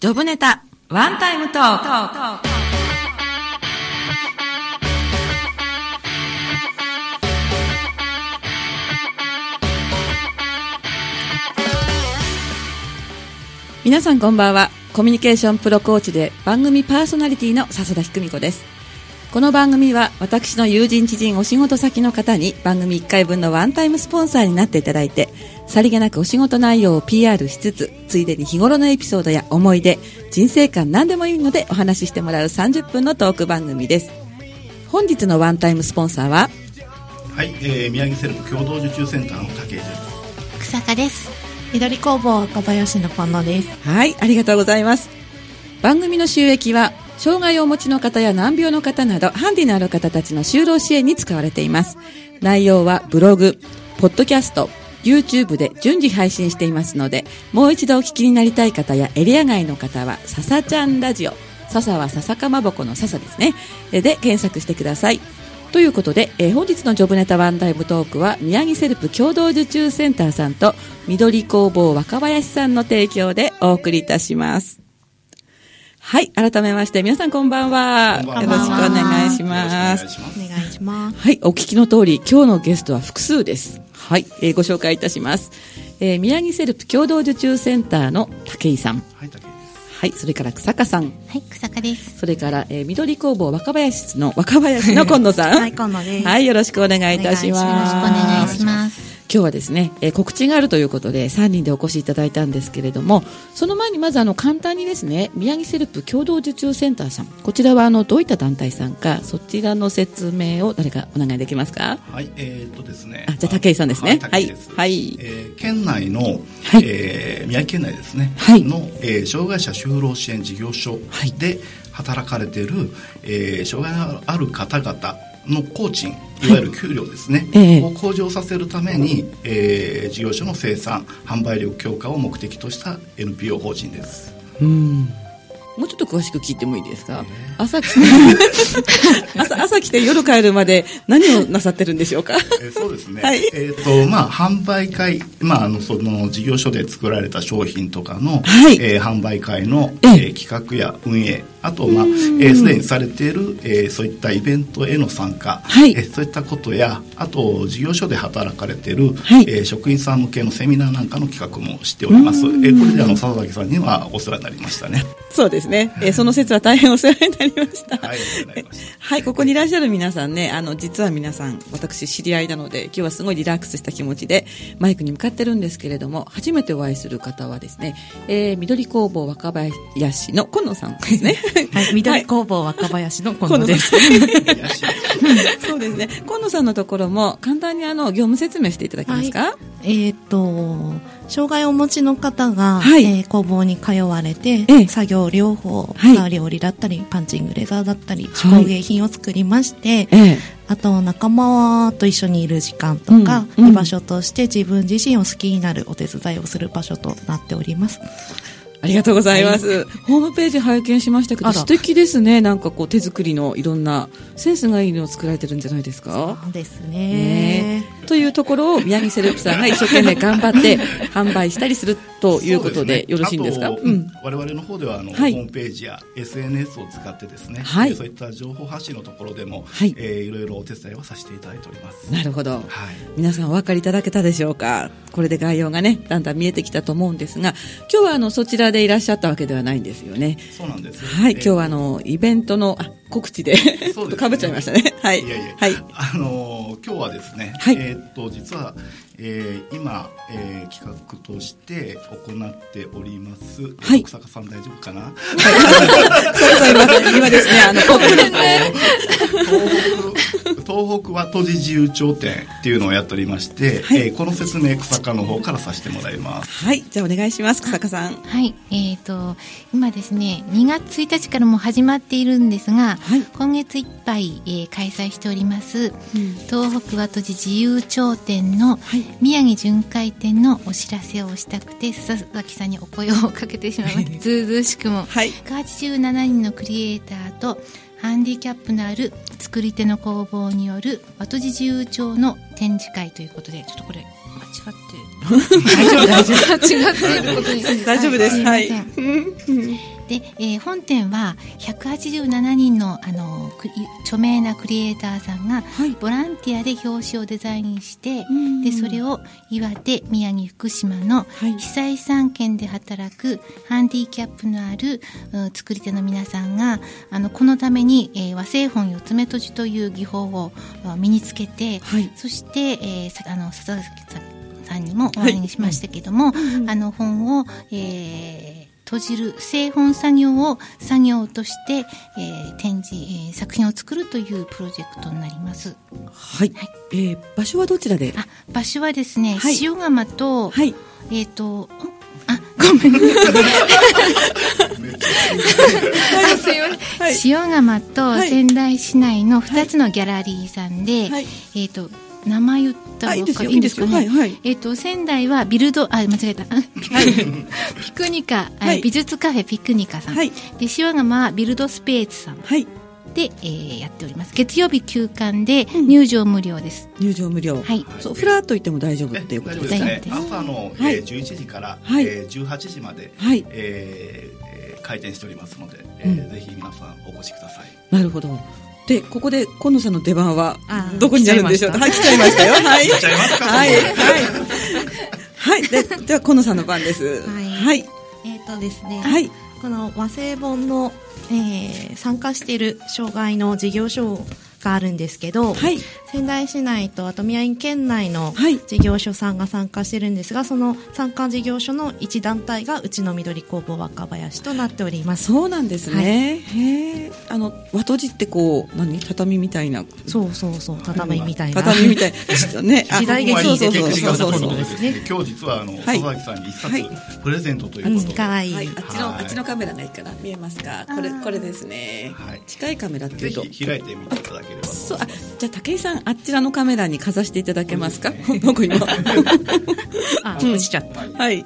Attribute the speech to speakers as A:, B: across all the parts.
A: ジョブネタ、ワンタイムトーク。皆さんこんばんは。コミュニケーションプロコーチで番組パーソナリティの笹田ひくみ子です。この番組は私の友人知人お仕事先の方に番組1回分のワンタイムスポンサーになっていただいてさりげなくお仕事内容を PR しつつついでに日頃のエピソードや思い出人生観何でもいいのでお話ししてもらう30分のトーク番組です本日のワンタイムスポンサーは
B: はい、えー、宮城セルフ共同受注センターの武井です。
C: 草加です緑工房小林の近野です
A: はい、ありがとうございます。番組の収益は、障害をお持ちの方や難病の方など、ハンディのある方たちの就労支援に使われています。内容はブログ、ポッドキャスト、YouTube で順次配信していますので、もう一度お聞きになりたい方やエリア外の方は、ささちゃんラジオ。笹は笹かまぼこの笹ですね。で、で検索してください。ということで、えー本日のジョブネタワンタイムトークは、宮城セルプ共同受注センターさんと、緑工房若林さんの提供でお送りいたします。はい、改めまして、皆さんこんばんは。
B: こん
C: ばんは
A: よろしくお願いし
B: よろ
A: ま
B: しくお願い
A: す。
B: しま
C: お願いします
A: はい、お聞きの通り、今日のゲストは複数です。はい、えーご紹介いたします。えー宮城セルプ共同受注センターの武井さん。
B: はい、武井です。
A: はい、それから草加さん。
C: はい草加です
A: それから、えー緑工房若林の、若林の今野さん。
C: はい今野です
A: はい、よろしくお願いいたします。
C: お願いします
A: 今日はですね、えー告知があるということで3人でお越しいただいたんですけれどもその前にまずあの簡単にですね宮城セルプ共同受注センターさんこちらはあのどういった団体さんかそちらの説明を誰かお願いできますか
B: はい、えー、っとですね。
A: あじゃあ武井さんですね
B: はい、武井です。
A: はいはい
B: えー県内の、
A: はい
B: えー宮城県内ですね。
A: はい
B: の、えー障害者就労支援事業所
A: はい
B: で働かれている、えー障害のある方々の工賃、いわゆる給料ですね、
A: ええ
B: を向上させるために、えー事業所の生産、販売力強化を目的とした NPO 法人です。
A: うんもうちょっと詳しく聞いてもいいですか、朝来て 朝朝来て夜帰るまで何をなさってるんでしょうか
B: えーそうですね、
A: はい
B: えっ、とまあ販売会、まあ、あのその事業所で作られた商品とかの、
A: はい
B: えー販売会の、
A: え
B: え
A: え
B: ー企画や運営あとまあえーすで、にされている、えーそういったイベントへの参加、
A: はい
B: えーそういったことやあと事業所で働かれている、
A: はい
B: えー職員さん向けのセミナーなんかの企画もしております、えーこれであの佐々木さんにはお世話になりましたね
A: そうですね、えーその説は大変お世話になりました
B: はいお世話になりました
A: はい、ここにいらっしゃる皆さんね、あの、実は皆さん、私知り合いなので、今日はすごいリラックスした気持ちで、マイクに向かってるんですけれども、初めてお会いする方はですね、えー、緑工房若林の今野さんです ね。
D: はい、緑工房若林の近
A: 今
D: 野
A: 野
D: で。
A: ですす。
B: いらっしゃい
A: そうですね。今野さんのところも、簡単にあの、業務説明していただけますか、
D: えっ、と、障害をお持ちの方が、
A: はい
D: えー工房に通われて、
A: ええ
D: 作業療法、
A: はい
D: まあ料理だったり、パンチングレザーだったり、手
A: はい
D: 工芸品を作りまして、
A: ええ。
D: あと仲間と一緒にいる時間とか、
A: うんうん
D: 居場所として自分自身を好きになるお手伝いをする場所となっております。
A: ありがとうございます。ホームページ拝見しましたけど、
D: あら
A: 素敵ですね。なんかこう、手作りのいろんな、センスがいいのを作られてるんじゃないですか
D: そうです
A: ね
D: ね。
A: というところを宮城セルプさんが一生懸命頑張 って販売したりするということで
B: そ
A: よ
B: う
A: ろ
B: す
A: しいんですか
B: あと、
A: うん
B: 我々の方ではあの、
A: はい
B: ホームページや SNS を使ってですね、
A: はい
B: えーそういった情報発信のところでも、
A: はい
B: えーいろいろお手伝いをさせていただいております。
A: なるほど。
B: はい
A: 皆さんお分かりいただけたでしょうかこれで概要がね、だんだん見えてきたと思うんですが、今日はあの、そちらでいらっしゃったわけではないんですよね。
B: そうなんです。
A: はい、
B: えー
A: 今日はあの、イベントの、あ、告知で、ち
B: そ
A: ょっ
B: うで
A: と
B: すね
A: 被っちゃいました ね。はい。
B: いやいや、
A: はい。
B: あのー今日はですね、
A: はい
B: えーっと実は、えー今、えー企画として行っております。
A: はい
B: 奥坂さん大丈夫 かな？
A: そうそう、今、今ですね、 あの、こ
B: 東北東北は都知事有頂展っていうのをやっておりまして、
A: はい
B: えーこの説明草加の方からさせてもらいます。
A: はい、じゃあお願いします、草加さん。
C: はいえー、と今ですね2月1日からもう始まっているんですが、
A: はい
C: 今月いっぱい、えー開催しております、東北和都市自由頂点の
A: はい
C: 宮城巡回展のお知らせをしたくて佐々木さんにお声をかけてしまいま したずうずうしくも、
A: はい
C: 87人のクリエイターとハンディキャップのある作り手の工房による和都市自由帳の展示会ということでちょっとこれって間違っていることに
A: 大丈夫です
C: は
A: はいい
C: すいませんで、えー本店は187人のあのクリ著名なクリエイターさんが
A: はい
C: ボランティアで表紙をデザインして、
A: ん
C: でそれを岩手宮城福島の
A: はい
C: 被災3県で働くハンディキャップのある、うん作り手の皆さんがあのこのために、えー和製本四つ目とじという技法をあ身につけて、
A: はい
C: そして、えーさあの佐々木さんさんにもお会いしましたけども、あの本を、えー閉じる製本作業を作業として、えー展示、えー作品を作るというプロジェクトになります。
A: はい、えー場所はどちらで
C: あ、場所はですね、
A: はい
C: 塩釜と、
A: はい
C: えっ、と、んあ、ごめんなさい。あすいません
A: はい
C: 塩釜と
A: はい
C: 仙台市内の2つのギャラリーさんで、
A: はい
C: えっ、と、名前言ったら
A: あいいですよ
C: いいんですかね。
A: いいですよはいはい
C: えっ、と、仙台はビルド、あ、間違えた。 ピクニカ、あ
A: はい
C: 美術カフェピクニカさん。
A: はい
C: で、塩釜はビルドスペースさん
A: はい
C: で、えーやっております。月曜日休館で入場無料です。
A: 入場無料
C: はい。
A: そうフラーっと行っても大丈夫っていうこと
B: 大
A: で
B: 丈夫
A: す
B: です
A: ね
B: ね
C: です
B: 朝の、
A: はい
B: えー11時から、
A: はい
B: えー18時まで、
A: はい
B: えーえー開店しておりますので、えーぜひ皆さんお越しください
A: なるほどでここで今野さんの出番は
D: あー
A: どこになるんでしょうかはい来ちゃいましたよ はい
B: 行っちゃいますか
A: はい
B: そこ
A: はいはいででは今野さんの番です
D: はい
A: はい
D: えっ、とですね、
A: はい
D: この和製本の、えー参加している障害の事業所があるんですけど、
A: はい
D: 仙台市内とあと宮城県内の
A: はい
D: 事業所さんが参加してるんですが、その参加事業所の一団体がうちの緑工房若林となっております。
A: そうなんですね、へえあの和とじってこう何畳みたいな
D: そうそうそう、畳みたいな。
A: 畳みたいなねあ
D: 時代劇
A: そう
D: に
A: そ
D: 出
A: うそ
D: て
A: う
D: くるよ
A: そう
D: な
A: そう
D: も
A: そ
D: の
A: う
D: ですね
B: 今日実はあの、
A: はい
B: 佐々木さんに一冊、
A: はい
B: プレゼントという
D: う
B: こと
D: ん、
B: で、
D: かわいい。
A: はい、あっちの、
B: はい
A: あっちのカメラがいいから見えますか。これ、これですね。
B: はい
A: 近いカメラって
B: ぜ
A: いうと。
B: ひ開いてみていただければと思います
A: そう、あ、じゃあ、武井さん、あちらのカメラにかざしていただけますか。
B: そうです
A: なんか 今。
D: あ、
A: うん
D: 落ちちゃった。
B: はい
A: はい。
B: え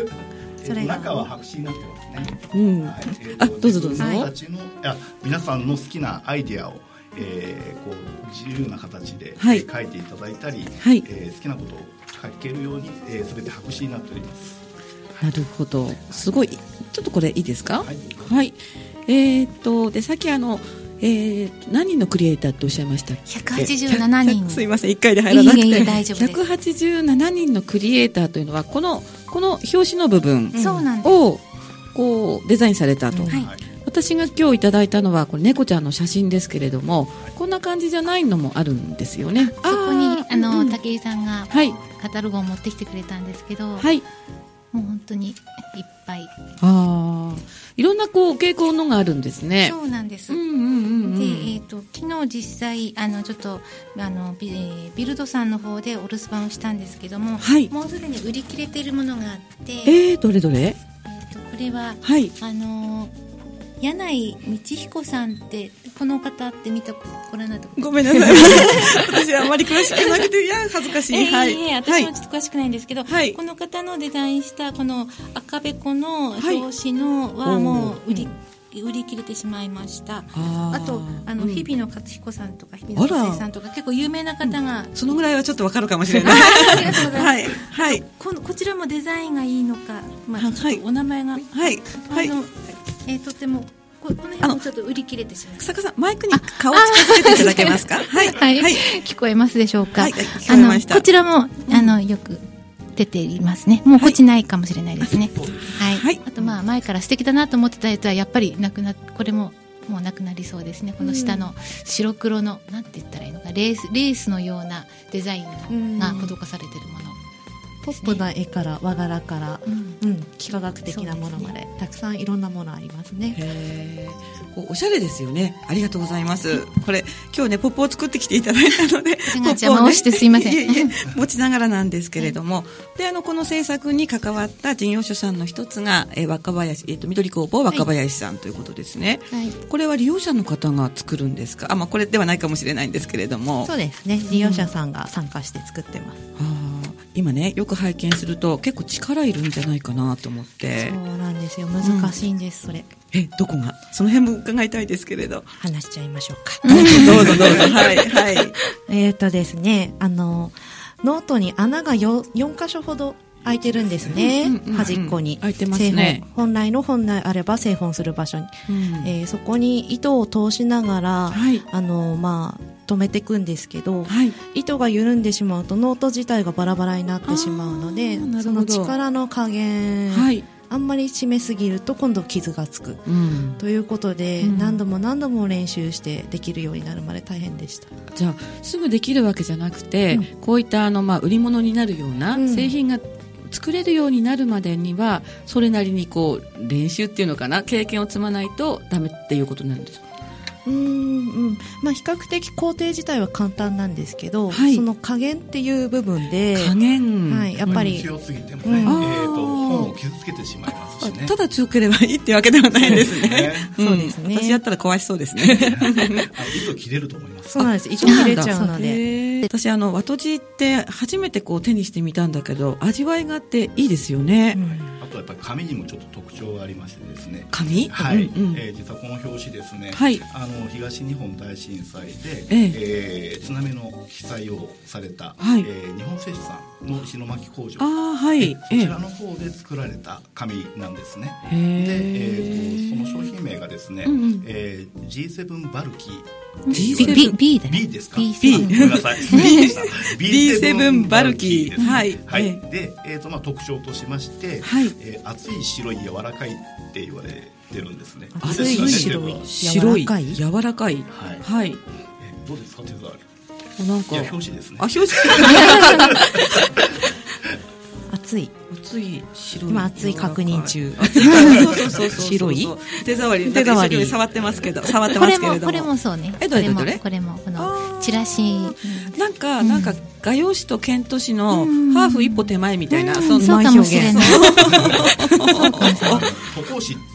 B: ー
D: それが
B: 中は白紙になってますね
A: うん。
B: はいえーと
A: あどうぞどうぞ
B: 自分たちのいや皆さんの好きなアイディアを、えーこう自由な形で、
A: はい
B: えー書いていただいたり、
A: はい
B: えー好きなことを書けるように、えー、全て白紙になっております。
A: なるほど。すごい。ちょっとこれいいですか。
B: はい
A: はい。えーっと、で、さっきあの。えー、何人のクリエイターっておっしゃいましたっけ
C: 187人
A: すいません一回で入らなくて
C: いえいえいえ大丈夫です
A: 187人のクリエイターというのはこのこの表紙の部分
C: そうなんです。
A: をこうデザインされたと、
C: はい
B: はい
A: 私が今日いただいたのはこれ猫ちゃんの写真ですけれどもこんな感じじゃないのもあるんですよね
C: そこにあの、
A: うんうん
C: 武井さんが
A: はい
C: カタログを持ってきてくれたんですけど、
A: はい
C: もう本当にいっぱい。
A: ああいろんなこう傾向のがあるんですね
C: そうなんです。
A: うん
C: で、
A: うんうんうん
C: えっ、と昨日実際あのちょっとあのビ,、えービルドさんの方でお留守番をしたんですけども、
A: はい
C: もうすでに売り切れているものがあって、え
A: えー、どれどれ
C: ーとこれは
A: はい
C: あの柳井道彦さんってこの方って見たこご覧になったこと
A: ごめんな さい私あんまり詳しくなくていや恥ずかし
C: ええ
A: い、はいい
C: えいえ
A: は
C: 私
A: い
C: もちょっと詳しくないんですけど、
A: はい
C: この方のデザインしたこの赤べこの
A: はい
C: 表紙の
A: おー
C: はもう売り,、売り切れてしまいました。
A: あ
C: あ
A: ー
C: とあの
A: うん
C: 日比野勝彦さんとか日比野勝さんとか結構有名な方が、
A: そのぐらいはちょっとわかるかもしれない
C: ありがとうございます。
A: はいはい
C: このこちらもデザインがいいのか、まあ、
A: は
C: ちょっとお名前が、
A: はいはい
C: あのえーとてもここの
A: あの
C: 辺もちょっと売り切れてしまいました
A: 草加さんマイクに顔を近づけていただけますかはい
C: はい、
A: はい
C: 聞こえますでしょうか。
A: はいはい聞こえました
C: あのこちらも、あの、よく出ていますね。もうこっちないかもしれないですね。はい。
A: はい
C: あと、まあ、前から素敵だなと思ってたやつは、やっぱりなくな、これも。もうなくなりそうですね。この下の白黒の、なんて言ったらいいのか、レース、レースのようなデザインが
D: うん
C: 施されているもの。
D: ポップな絵から和柄から、
C: うん
D: うん、幾何学的なものまでたくさんいろんなものありますね。
A: へーこうおしゃれですよね。ありがとうございます。これ今日ねポップを作ってきていただいたの で、
C: 手が
A: ポップ
C: 邪魔をしてすいません
A: ねいえいえ持ちながらなんですけれども、であのこの制作に関わった事業所さんの一つが、えー若林えっ、と緑工房若林さんということですね。
D: はい。
A: これは利用者の方が作るんですか。あまあこれではないかもしれないんですけれども。
D: そうですね。利用者さんが参加して作ってます。
A: あー今ねよく拝見すると結構力いるんじゃないかなと思って。
D: そうなんですよ。難しいんです。それ
A: えどこがその辺も伺いたいですけれ ど。
D: 話しちゃいましょうか。
A: どうぞどうぞはいはい。
D: えっとですね。あのノートに穴がよ4箇所ほど開いてるんですね、
A: うんうんうんうん
D: 端っこに
A: 開いてますね
D: 製本本来の本来あれば製本する場所に、えーそこに糸を通しながら、
A: はい
D: あのまあ、止めていくんですけど、
A: はい
D: 糸が緩んでしまうとノート自体がバラバラになってしまうの
A: あ
D: で
A: ーなる
D: そ
A: ほ
D: の
A: ど
D: 力の加減、
A: はい
D: あんまり締めすぎると今度傷がつく。
A: うん
D: ということで、
A: うん
D: 何度も何度も練習してできるようになるまで大変でした
A: じゃあすぐできるわけじゃなくて、
D: うん
A: こういったあの、まあ、売り物になるような
D: うん
A: 製品が作れるようになるまでにはそれなりにこう練習っていうのかな経験を積まないとダメっていうことになるんですか
D: うんうんまあ比較的工程自体は簡単なんですけど、
A: はい
D: その加減っていう部分で
A: 加減、
D: はい、やっぱり、
B: 強すぎてもね、
D: うん
A: あー
B: えー、と本を傷つけてしまいますしね
A: ただ強ければいいってわけではないですね
D: そうですね
A: ん私やったら壊しそうですね
B: あの糸切れると思います
D: そうなんです一応切れちゃうので
A: で私あの和とじって初めてこう手にしてみたんだけど味わいがあっていいですよね、
D: うん
B: あとやっぱり紙にもちょっと特徴がありましてですね
A: 紙
B: はい、
A: うんうん
B: えー実はこの表紙ですね、
A: はい
B: あの東日本大震災で、
A: え
B: えー津波の被災をされた、
A: はい
B: えー日本製紙さんの石巻工場
A: ああはい
B: そちらの方で作られた紙なんですね。
A: ええ
B: で、
A: へ
B: え
A: え
B: ーとその商品名がですね、
A: うんうん
B: えー G7 バルキー。
A: G7
C: B, B, B だね
B: B ですか
C: B
B: あごめんなさい B でした
A: B7 バルキー
B: ですね
A: はい
B: は
A: え
B: いで、えーとまあ、特徴としまして、
A: はい
B: えー熱い白い柔らかいって言われてるんですね
D: 熱い
B: どうですか
A: 白
B: 手触
D: 白い
A: い
D: 柔らかい
A: 柔らかい
B: はい
A: はい、
B: りえーどうですか手触り
A: なんか
B: いや表紙ですね
A: あ表示
D: 熱い
A: 熱い白い
D: 今熱い確認中
A: 熱いそうそうそうそうそう
D: 白い
A: 手触り手
D: 手
A: 触
D: 触り
A: り触ってますけど触って
C: こ
A: ま
C: れ
A: すけれど
C: も
A: も
C: これもそうね
A: えどれどれ
C: これもこれもこ
A: あー
C: のチラシ
A: なんか、なんか画用紙と剣都市の
C: うん
A: ハーフ一歩手前みたいな、
C: うん
A: そんな
C: そうかもしれない
B: 渡航紙っ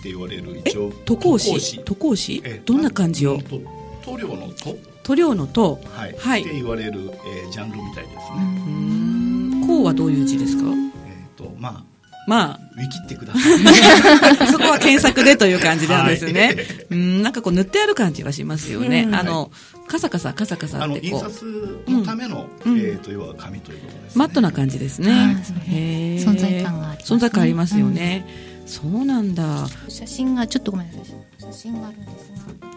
B: て言われる
A: え
B: 一応
A: 渡航
B: 渡
A: 紙渡航紙
B: えー
A: どんな感じを
B: うんと塗料の塗
A: 塗料のと
B: はい、
A: は
B: って
A: い
B: 言われる、えージャンルみたいです
A: う
B: ね、
A: ーんこうはどういう字ですか
B: えーとまあ
A: ま
B: ウィキってください
A: あそこは検索でという感じなんですね、
B: はい
A: うんなんかこう塗ってある感じはしますよね、
D: うん
A: あのカサカサカサカサ
B: あ
A: っ
B: の
A: て
B: 印
A: こう
B: 刷のための、
A: うん
B: えーと要は紙ということですね
A: マットな感じですね、
C: はいそうね
A: へー
C: 存在感がありますね
A: 存在感ありますよね、そうなんだ
C: 写真がちょっとごめんなさい写真があるんですが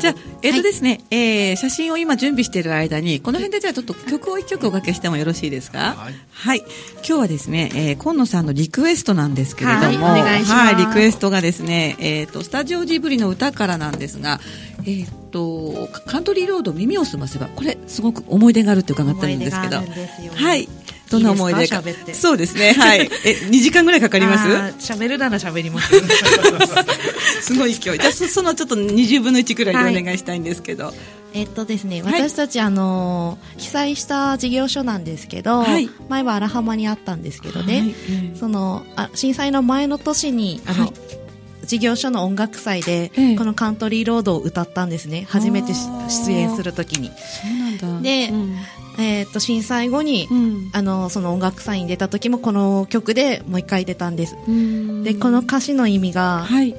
A: じゃあ、えっ、
C: は
A: と
C: い
A: ですね、えー写真を今準備している間に、この辺でじゃあちょっと曲を一曲おかけしてもよろしいですか
B: はい
A: はい。今日はですね、えー、今野さんのリクエストなんですけれども、
D: はいお願いします
A: はいリクエストがですね、えっ、と、スタジオジブリの歌からなんですが、えっ、と、カントリーロード耳をすませば、これすごく思い出があるって伺ってるんですけど、
D: 思い出があるんですよ
A: はい。どんな思い出か。
D: いいですか喋って
A: そうですね、 はい。え、2時間ぐらいかかります
D: あー喋るなら喋ります
A: すごい勢い。じゃあ、そそのちょっと20分の1くらいでお願いしたいんですけど。
D: えっとですね
A: はい
D: 私たち、あのー記載した事業所なんですけど、
A: はい
D: 前は荒浜にあったんですけどね、
A: はい
D: そのあ震災の前の年にあの、
A: はい
D: 事業所の音楽祭で、
A: ええ
D: この「カントリーロード」を歌ったんですね初めてし
A: あー
D: 出演するときに、
A: そうなんだ。
D: で
A: うん
D: えーっと震災後に、
A: うん
D: あのその音楽祭に出た時もこの曲でもう一回出たんです、
A: うん
D: でこの歌詞の意味が、
A: はい、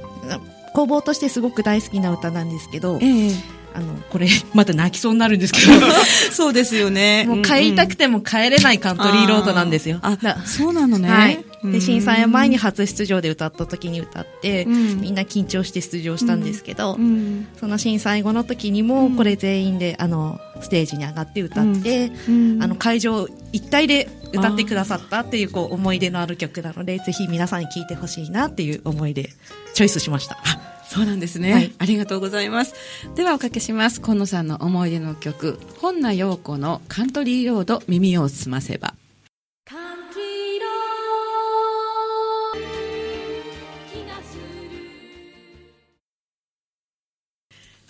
D: 工房としてすごく大好きな歌なんですけど
A: ええ、
D: あのこれ また泣きそうになるんですけど
A: そうですよね。
D: もう帰りたくても帰れないカントリーロードなんですよ
A: あーあ、
D: だ
A: そうなのね。
D: はい、
A: うん
D: で震災前に初出場で歌った時に歌って、
A: うん
D: みんな緊張して出場したんですけど、
A: うん
D: その震災後の時に
A: う
D: も
A: ん
D: これ全員で、あのステージに上がって歌って、
A: うん
D: あの会場一体で歌ってくださったっていうこう思い出のある曲なのでぜひ皆さんに聴いてほしいなっていう思いでチョイスしました。
A: そうなんですね、
D: はい
A: ありがとうございます。ではおかけします。今野さんの思い出の曲、本名陽子のカントリーロード耳をすませば。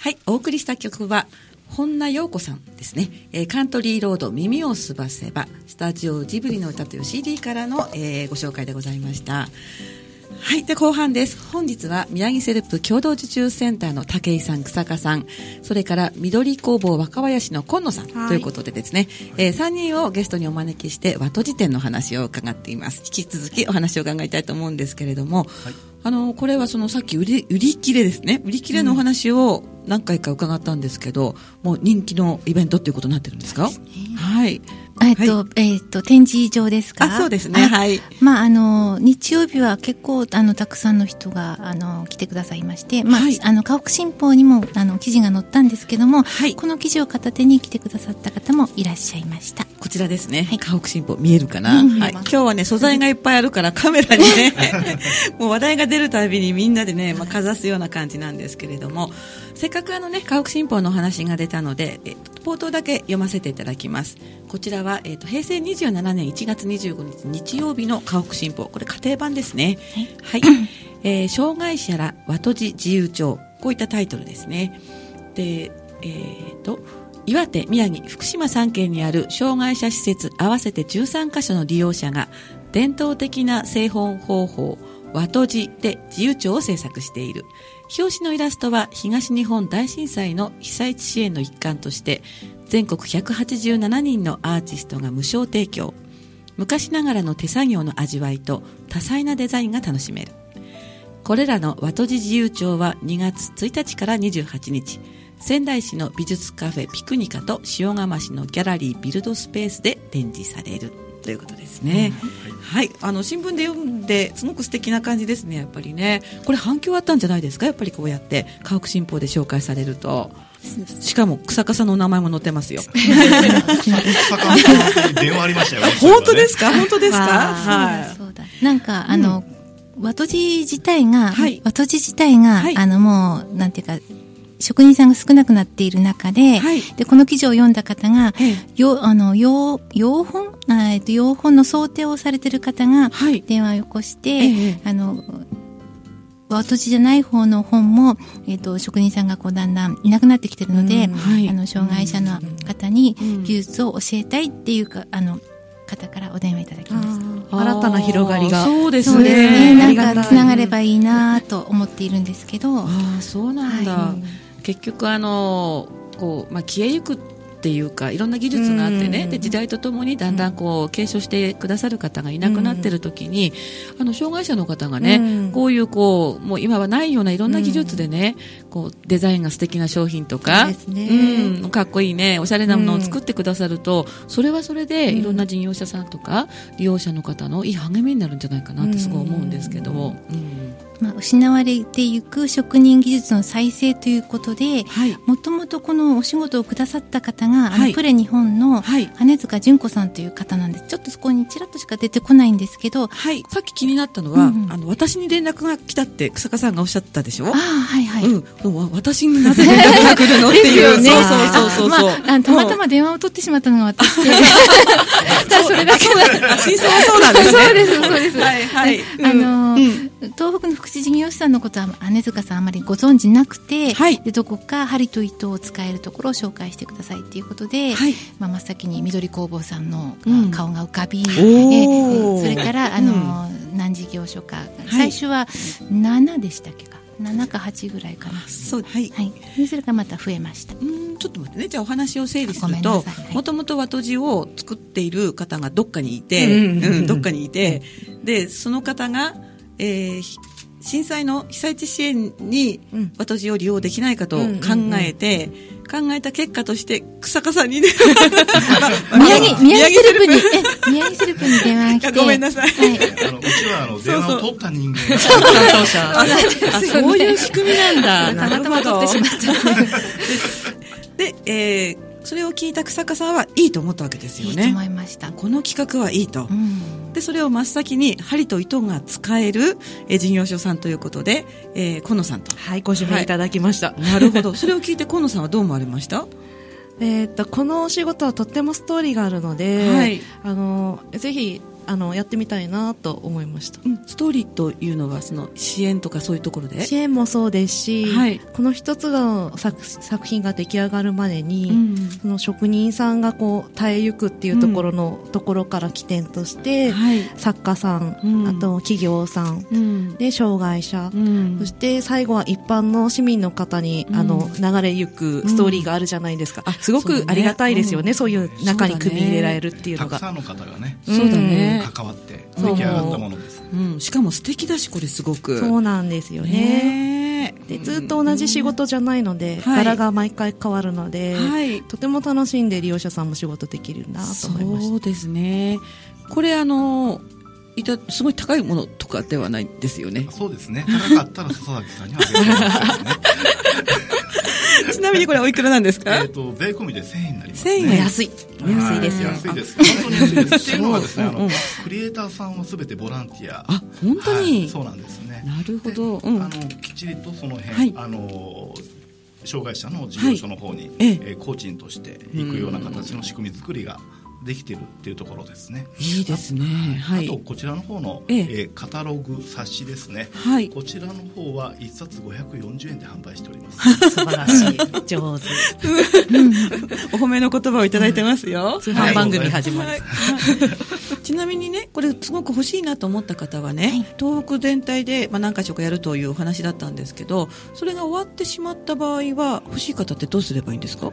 A: はい、お送りした曲は、本名陽子さんですね、えーカントリーロード耳をすばせば、スタジオジブリの歌という CD からの、えーご紹介でございました。はい。で、後半です。本日は宮城セルプ共同受注センターの武井さん、草加さん、それから緑工房若林の今野さん
D: はい
A: ということでですね、え3人をゲストにお招きして、和と辞典の話を伺っています。引き続きお話を伺いたいと思うんですけれども、あの、これはそのさっき売り、売り切れですね。売り切れのお話を何回か伺ったんですけど、もう人気のイベントっていうことになってるんですかはい。
C: えっと、えっと、展示場ですか
A: あそうですね
C: い
A: はい
C: まあ、あの、日曜日は結構、あの、たくさんの人が、あの、来てくださいまして、まあ、
A: はい
C: あの、家屋新報にも、あの、記事が載ったんですけども、
A: はい
C: この記事を片手に来てくださった方もいらっしゃい ました。
A: こちらですね。
C: はい
A: 家屋新報見えるかな、
C: うん見え
A: は
C: ま
A: い。
C: す
A: 今日はね、素材がいっぱいあるから カメラにね、もう話題が出るたびにみんなでね、まあ、かざすような感じなんですけれども、せっかくあのね、家屋新報のお話が出たので、えっと冒頭だけ読ませていただきます。こちらは、えっと、平成27年1月25日日曜日の家屋新報。これ家庭版ですね。はい。 えー障害者ら和とじ自由帳。こういったタイトルですね。で、えーと、岩手、宮城、福島3県にある障害者施設合わせて13カ所の利用者が伝統的な製本方法、和とじで自由帳を制作している。表紙のイラストは東日本大震災の被災地支援の一環として全国187人のアーティストが無償提供。昔ながらの手作業の味わいと多彩なデザインが楽しめる。これらの和とじ自由帳は2月1日から28日、仙台市の美術カフェピクニカと塩釜市のギャラリービルドスペースで展示されるということですね。はい、あの新聞で読んですごく素敵な感じですね、やっぱりね。これ反響あったんじゃないですか、やっぱりこうやって家屋新報で紹介されると。しかも草加さんのお名前も載ってますよ。。
B: 坂本さんに電話ありましたよね
A: 本当ですか、本当ですか。
C: わあ
A: は
C: そうだそうだ。なんか、あの、和とじ自体が、
A: はい
C: 和とじ自体が、
A: はい
C: あの、もう、なんていうか、職人さんが少なくなっている中で、
A: はい
C: で、この記事を読んだ方が
A: ええ、
C: よあの、洋、洋本あえっと、洋本の想定をされている方が
A: はい、
C: 電話を起こして、
A: ええ
C: あの、和とじじゃない方の本も、えっ、と、職人さんがこう、だんだんいなくなってきてるので、
D: うん
A: はい
C: あの、障害者の方に
A: うん
C: 技術を教えたいっていうか、あの、方からお電話いただきました。
A: あ
D: 新たな広がりが
A: あーそうですね。
C: そうですね。
D: あ
C: な
D: りがたい
C: んか、つながればいいなと思っているんですけど、
A: ああそうなんだ、
C: は
A: 結局あのこう、まあ、消えゆくっていうかいろんな技術があってね、
D: うん
A: で時代とともにだんだんこう継承してくださる方がいなくなってる時に、あの障害者の方がね、
D: うん
A: こういうこうもう今はないようないろんな技術でね、こうデザインが素敵な商品とか
D: そうですね
A: うん、かっこいいねおしゃれなものを作ってくださると、それはそれでいろんな事業者さんとか利用者の方のいい励みになるんじゃないかなってすごい思うんですけど、うん
C: まあ、失われていく職人技術の再生ということで、
A: はい
C: もともとこのお仕事をくださった方が、あの
A: はい
C: プレ日本の
A: はい
C: 羽塚純子さんという方なんです。ちょっとそこにちらっとしか出てこないんですけど、あ
A: はい、さっき気になったのは、
C: うんうん
A: あの私に連絡が来たって草加さんがおっしゃったでしょ
C: あ、はいはい。
A: うん、でも私になぜ連絡が来るのって
C: です
A: い
C: よ
A: う、
C: ね。
A: そうそうそうそうそう、
C: あまああたまたま電話を取ってしまったのが私 で。ただそれだけ
A: あ真相はそうなんですね
C: そうですそうです
A: はいはい、
C: あ
A: う
C: の
A: んうん
C: 東北の福祉事業者さんのことは姉塚さんあまりご存知なくて、
A: はい
C: でどこか針と糸を使えるところを紹介してくださいということで、
A: はい
C: まあ、真っ先に緑工房さんの
A: うん
C: 顔が浮かび、
A: ー
C: えそれからあの、何事業所か最初は7でしたっけか7か8ぐらいかな、
A: そうはい
C: はい、でそれからまた増えました。
A: うんちょっと待ってねじゃあお話を整理す
C: ごめ
A: る
C: んな
A: と
C: さいはい
A: もともと和とじを作っている方がどっかにいて、
D: うん
A: うんどっかにいてでその方が、えーひ震災の被災地支援に
D: うん
A: 和とじを利用できないかと考えて、考えた結果として草加さんにね
C: 宮城、宮城セルプに、え宮城セルプに電話が来
A: いや
C: て。
A: ごめんなさい
C: はい。
B: あのうちはあの電話を取った人間が
A: 担当 者 あそういう仕組みなんだ
C: たまたま取ってしまった。
A: で、えーそれを聞いた草加さんはいいと思ったわけですよ
C: いい
A: ね
C: と思いました。
A: この企画はいいと、
C: うん。
A: でそれを真っ先に針と糸が使える、えー事業所さんということで、えー、河野さんと。
D: はい、ご指名いただきました。
A: なるほ ど。それを聞いて河野さんはどう思われました
D: えーっとこのお仕事はとってもストーリーがあるので、
A: はい
D: あのぜひあのやってみたいなと思いました
A: ストーリーというのはその支援とかそういうところで
D: 支援もそうですし、
A: はい
D: この一つの作作品が出来上がるまでに、
A: うん
D: その職人さんがこう耐えゆくっていうところの、ところから起点として、
A: はい
D: 作家さん、
A: うん
D: あと企業さん
A: うん
D: で障害者、
A: うん
D: そして最後は一般の市民の方に、
A: うん
D: あの流れゆくストーリーがあるじゃないですか、
A: うんあ
D: すご
A: そうだ
D: く
A: ね
D: ありがたいですよね、そういう中に組み入れられるっていう
B: た
D: の
B: く
D: が。
B: さんの方がね
A: そうだね、
B: 関わって出来上がったものです。
A: うん、しかも素敵だしこれすごく
D: そうなんですよね。
A: ねえ
D: でずっと同じ仕事じゃないので、
A: はい
D: 柄が毎回変わるので、
A: はい
D: とても楽しんで利用者さんも仕事できるなと思いまし
A: そうですね。これあの、いた、すごい高いものとかではないですよね。
B: そうですね高かったら笹崎さんにはあげてますよね
A: ちなみにこれおいくらなんです
B: え
A: か
B: っと税込みで1000円になりま
A: 1000
B: す
D: た。
A: 円
B: ね
D: 安い。
A: 円安いですね
B: は安いです本当に安いですっていうのはですねあ
A: うんう
B: の
A: ん
B: クリエイターさんは全てボランティア
A: あ、本当
B: は
A: に
B: い、そうなんですね
A: なるほど。
B: で
A: うん。
B: あのきっちりとその辺、
A: はい
B: あの障害者の事業所の方に、
A: ええ
B: えー工賃として行くような形の仕組み作りができてるっていうところですね。
A: いいですね。は
B: あと
A: い。
B: こちらの方の、
A: え
B: え
A: え
B: ーカタログ冊子ですね、
A: はい。
B: こちらの方は1冊540円で販売しております。
D: 素晴らしい。上手。
A: お褒めの言葉をいただいてますよ。
D: 通販番組始まり。
A: ちなみにね、これすごく欲しいなと思った方はね、
C: はい
A: 東北全体で、まあ、何箇所かやるというお話だったんですけど、それが終わってしまった場合は、欲しい方ってどうすればいいんですか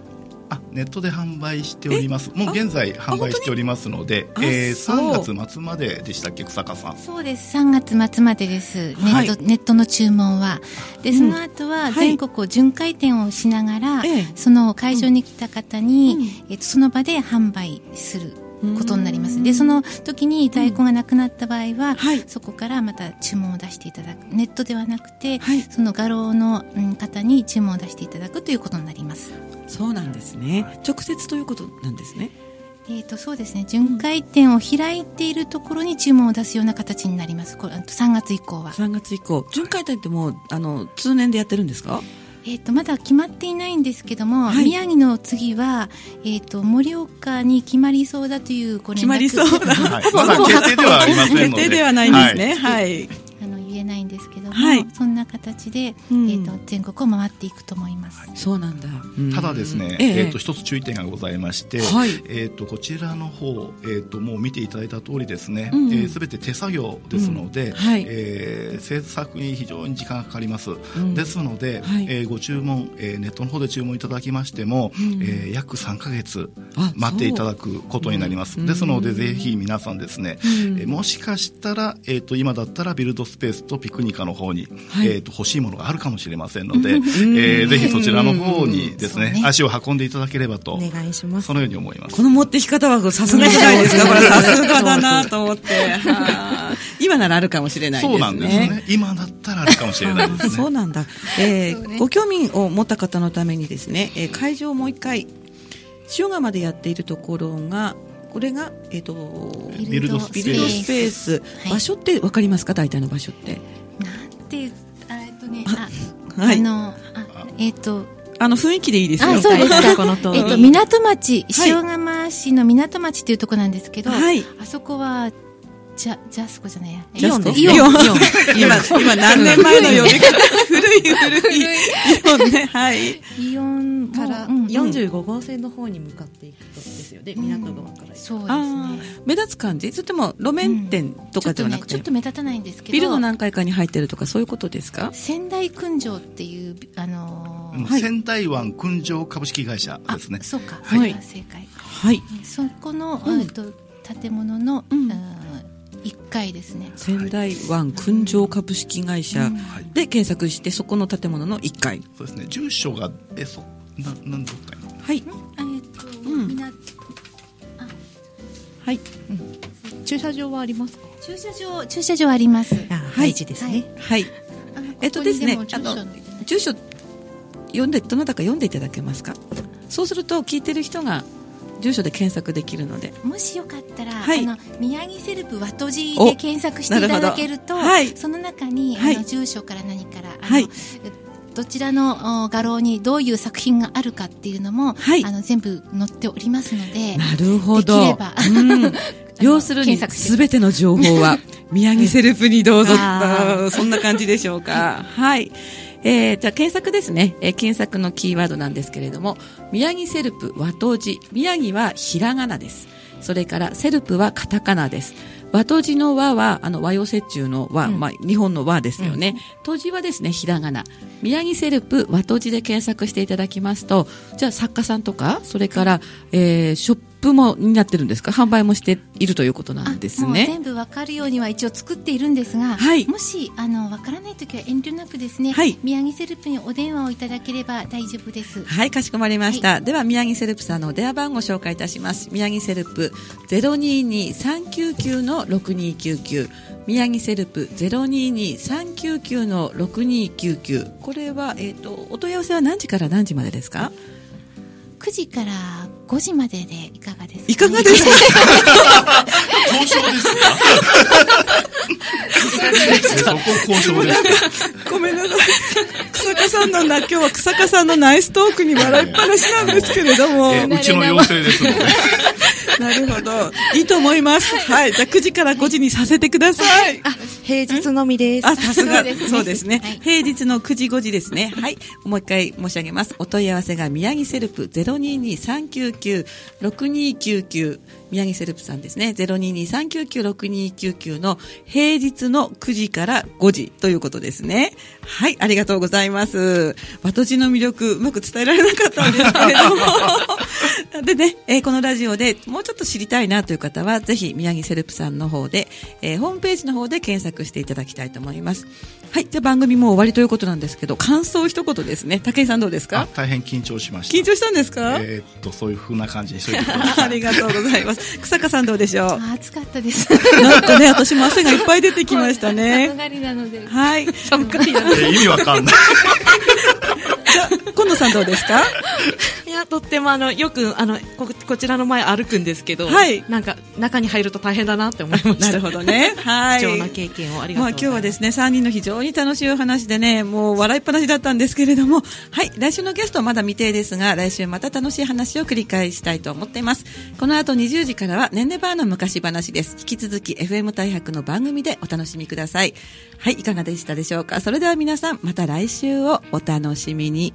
B: あネットで販売しております。もう現在販売しておりますので、
A: あ
B: えー
A: そう
B: 3月末まででしたっけ草加 さん。
C: そうです3月末までです、
A: はい
C: ネットネットの注文はでその後
A: う
C: は
A: ん
C: 全国を巡回展をしながら、
A: ええ
C: その会場に来た方に、えっと、その場で販売することになりますでその時に在庫がなくなった場合は、
A: はい
C: そこからまた注文を出していただくネットではなくて、
A: はい
C: その画廊のうん方に注文を出していただくということになります
A: そうなんですね。直接ということなんですね。
C: えー、とそうですね巡回展を開いているところに注文を出すような形になりますこれあと3月以降は
A: 3月以降、巡回隊ってもう、あの、通年でやってるんですか
C: えっとまだ決まっていないんですけども、
A: はい
C: 宮城の次は、えっと盛岡に決まりそうだというご連
A: 決
C: 絡
A: まりそうな。
B: はい、まだ決定ではありませんので。
A: 決定ではないんですね。はい。
C: あの言えないんですけども、
A: はい
C: そんな形で、
A: うん
C: えっと全国を回っていくと思います、
A: そうなんだ。うん
B: ただですね、
A: え
B: え
A: え
B: ーと一つ注意点がございまして、
A: はい
B: えー、とこちらの方、えー、ともう見ていただいた通りですね、
A: うんうん
B: えー全て手作業ですので、
A: うんはい
B: えー制作に非常に時間がかかります、
A: ん
B: ですので、
A: はい
B: えーご注文、えーネットの方で注文いただきましても、えー約3ヶ月
A: あ
B: 待っていただくことになります、
A: うん
B: ですのでぜひ皆さんですね、
A: うん
B: えーもしかしたら、えー、と今だったらビルドスペースとピクニカの方に、
A: はい
B: えー、と欲しいものがあるかもしれませんので、えーぜひそちらの方にですね
C: そうね
B: 足を運んでいただければと
D: お、願いします
B: そ。のように思います
A: こ。の持ってき方はさすがじゃないですか、これさすがだなと思って。はあ今ならあるかもしれないですね。
B: そうなんですね。今だったらあるかもしれないで
A: あ
B: す
A: そ
B: ね
A: う。なんだ、え
C: そう
A: ー、
C: ね
A: ご興味を持った方のためにですね、えー会場をもう一回塩釜でやっているところがこれが、えー、と
B: ビルドスペ
A: ビ
B: ー
A: ル
B: ス
A: ドスペース、
C: はい
A: 場所って分かりますか大体の場所って
C: なんて言うあえっとねあ、
A: はい
C: あのあえっと
A: あの雰囲気でいいですよ
C: あそうです か
D: この通り
C: えっと港町
A: はい
C: 塩釜市の港町っていうところなんですけど、
A: はい
C: あそこはジャジャスコじゃないや
A: ジャスコ
C: イオン
A: イ
C: イ
A: オ
C: オ
A: ン
C: ン
A: 今今何年前の呼び方古い古いイオンねはい
C: イオンも
D: から
C: うん
D: 45号線の方に向かっていくとですよね、港側から行く
C: そうです
A: あ
C: ね
A: ー目立つ感じそれとも路面店とかではなくて、
C: ちょっとねちょっと目立たないんですけど
A: ビルの何階かに入ってるとかそういうことですか
C: 仙台訓城っていうあのー
B: うん仙台湾訓場株式会社ですね
C: あ。そうか、
A: はい
C: それが正解
A: はい
C: そこの、
A: うん
C: えっと建物の、
A: うん
C: 1階ですね
A: 仙台湾訓城株式会社
B: い
A: で検索してそこの建物の1階
B: そうですね。住所がえそななんどっかに
A: はい
C: あえっと、
A: うん
C: みな
A: はい
D: 駐車場はありますか
C: 駐車場駐車場あります
D: あ、はい、大事ですね。
A: はい
C: あ
A: えっとですね
C: ここにでも住所
A: あの住所読んでどなたか読んでいただけますかそうすると聞いてる人が住所で検索できるので
C: もしよかったら、
A: はい
C: あの宮城セルプ和とじで検索していただけると
A: おなるほどはい
C: その中に、
A: はい
C: あの住所から何からあの、
A: はい
C: どちらのお画廊にどういう作品があるかっていうのも、
A: はい
C: あの全部載っておりますので
A: なるほど
C: できれば
A: うん、要するに
C: 検索して
A: 全ての情報は宮城セルフにどうぞ
D: あ
A: そんな感じでしょうかはい、えーじゃあ検索ですね、えー検索のキーワードなんですけれども宮城セルプ和当寺宮城はひらがなですそれからセルプはカタカナです和当寺の和はあの和洋折衷の和、まあ、日本の和ですよね、当時はですねひらがな宮城セルプ和当寺で検索していただきますとじゃあ作家さんとかそれから、えーショッププもになってるんですか販売もしているということなんです
C: もう
A: ね
C: 全部わかるようには一応作っているんですが、
A: はい
C: もしあのわからないときは遠慮なくですね、
A: はい
C: 宮城セルプにお電話をいただければ大丈夫です。
A: はいかしこまりました、では宮城セルプさんのお電話番号を紹介いたします宮城セルプ022399の6299宮城セルプ022399の6299これは、えっとお問い合わせは何時から何時までですか
C: 9時から5時まででいかがですか、
A: いかがですか
B: 交渉ですかそこ交渉ですか
A: ごめんなさい。草加さんのな、今日は草加さんのナイストークに笑いっぱなしなんですけれども。
B: えうちの要請ですので
A: なるほど。いいと思います。はい。じゃあ9時から5時にさせてください。
E: 平日のみです。
A: あ、さす
C: そ
A: が
C: うです。ね
A: そうですね
C: はい。
A: 平日の9時5時ですね。はい。もう一回申し上げます。お問い合わせが宮城セルプ0223996299宮城セルプさんですね。0223996299の平日の9時から5時ということですね。はい。ありがとうございます。わとじの魅力、うまく伝えられなかったんですけれども。 でね、えーこのラジオでもうちょっと知りたいなという方は、ぜひ宮城セルプさんの方で、えーホームページの方で検索していただきたいと思います。はい、じゃあ番組もう終わりということなんですけど、感想一言ですね。武井さんどうです
B: あ
A: か
B: 大変緊張しました
A: 緊張したんですか、
B: えーっとそういうふうな感じにしといてくださ
A: あ
B: い
A: りがとうございます。草加さんどうでしょう
C: あ暑かったです。
A: なんかね、私も汗がいっぱい出てきました
C: 寒
A: ね。
C: がりなの で。
A: はい。
B: え意味わかんない
A: 今野さんどうです か
E: いや、とってもあの、よくあの、こ、こちらの前歩くんですけど、
A: はい
E: なんか、中に入ると大変だなって思いました。
A: なるほどねは い
E: 貴重な経験をありが
A: ま
E: と
A: あ
E: う
A: 今
E: ございます。
A: 日はですね、3人の非常に楽しいお話でね、もう笑いっぱなしだったんですけれども、はい、来週のゲストはまだ未定ですが、来週また楽しい話を繰り返したいと思っています。この後20時からは、ねんねばーの昔話です。引き続き FM 大白の番組でお楽しみください。はい、いかがでしたでしょうか。それでは皆さん、また来週をお楽しみに。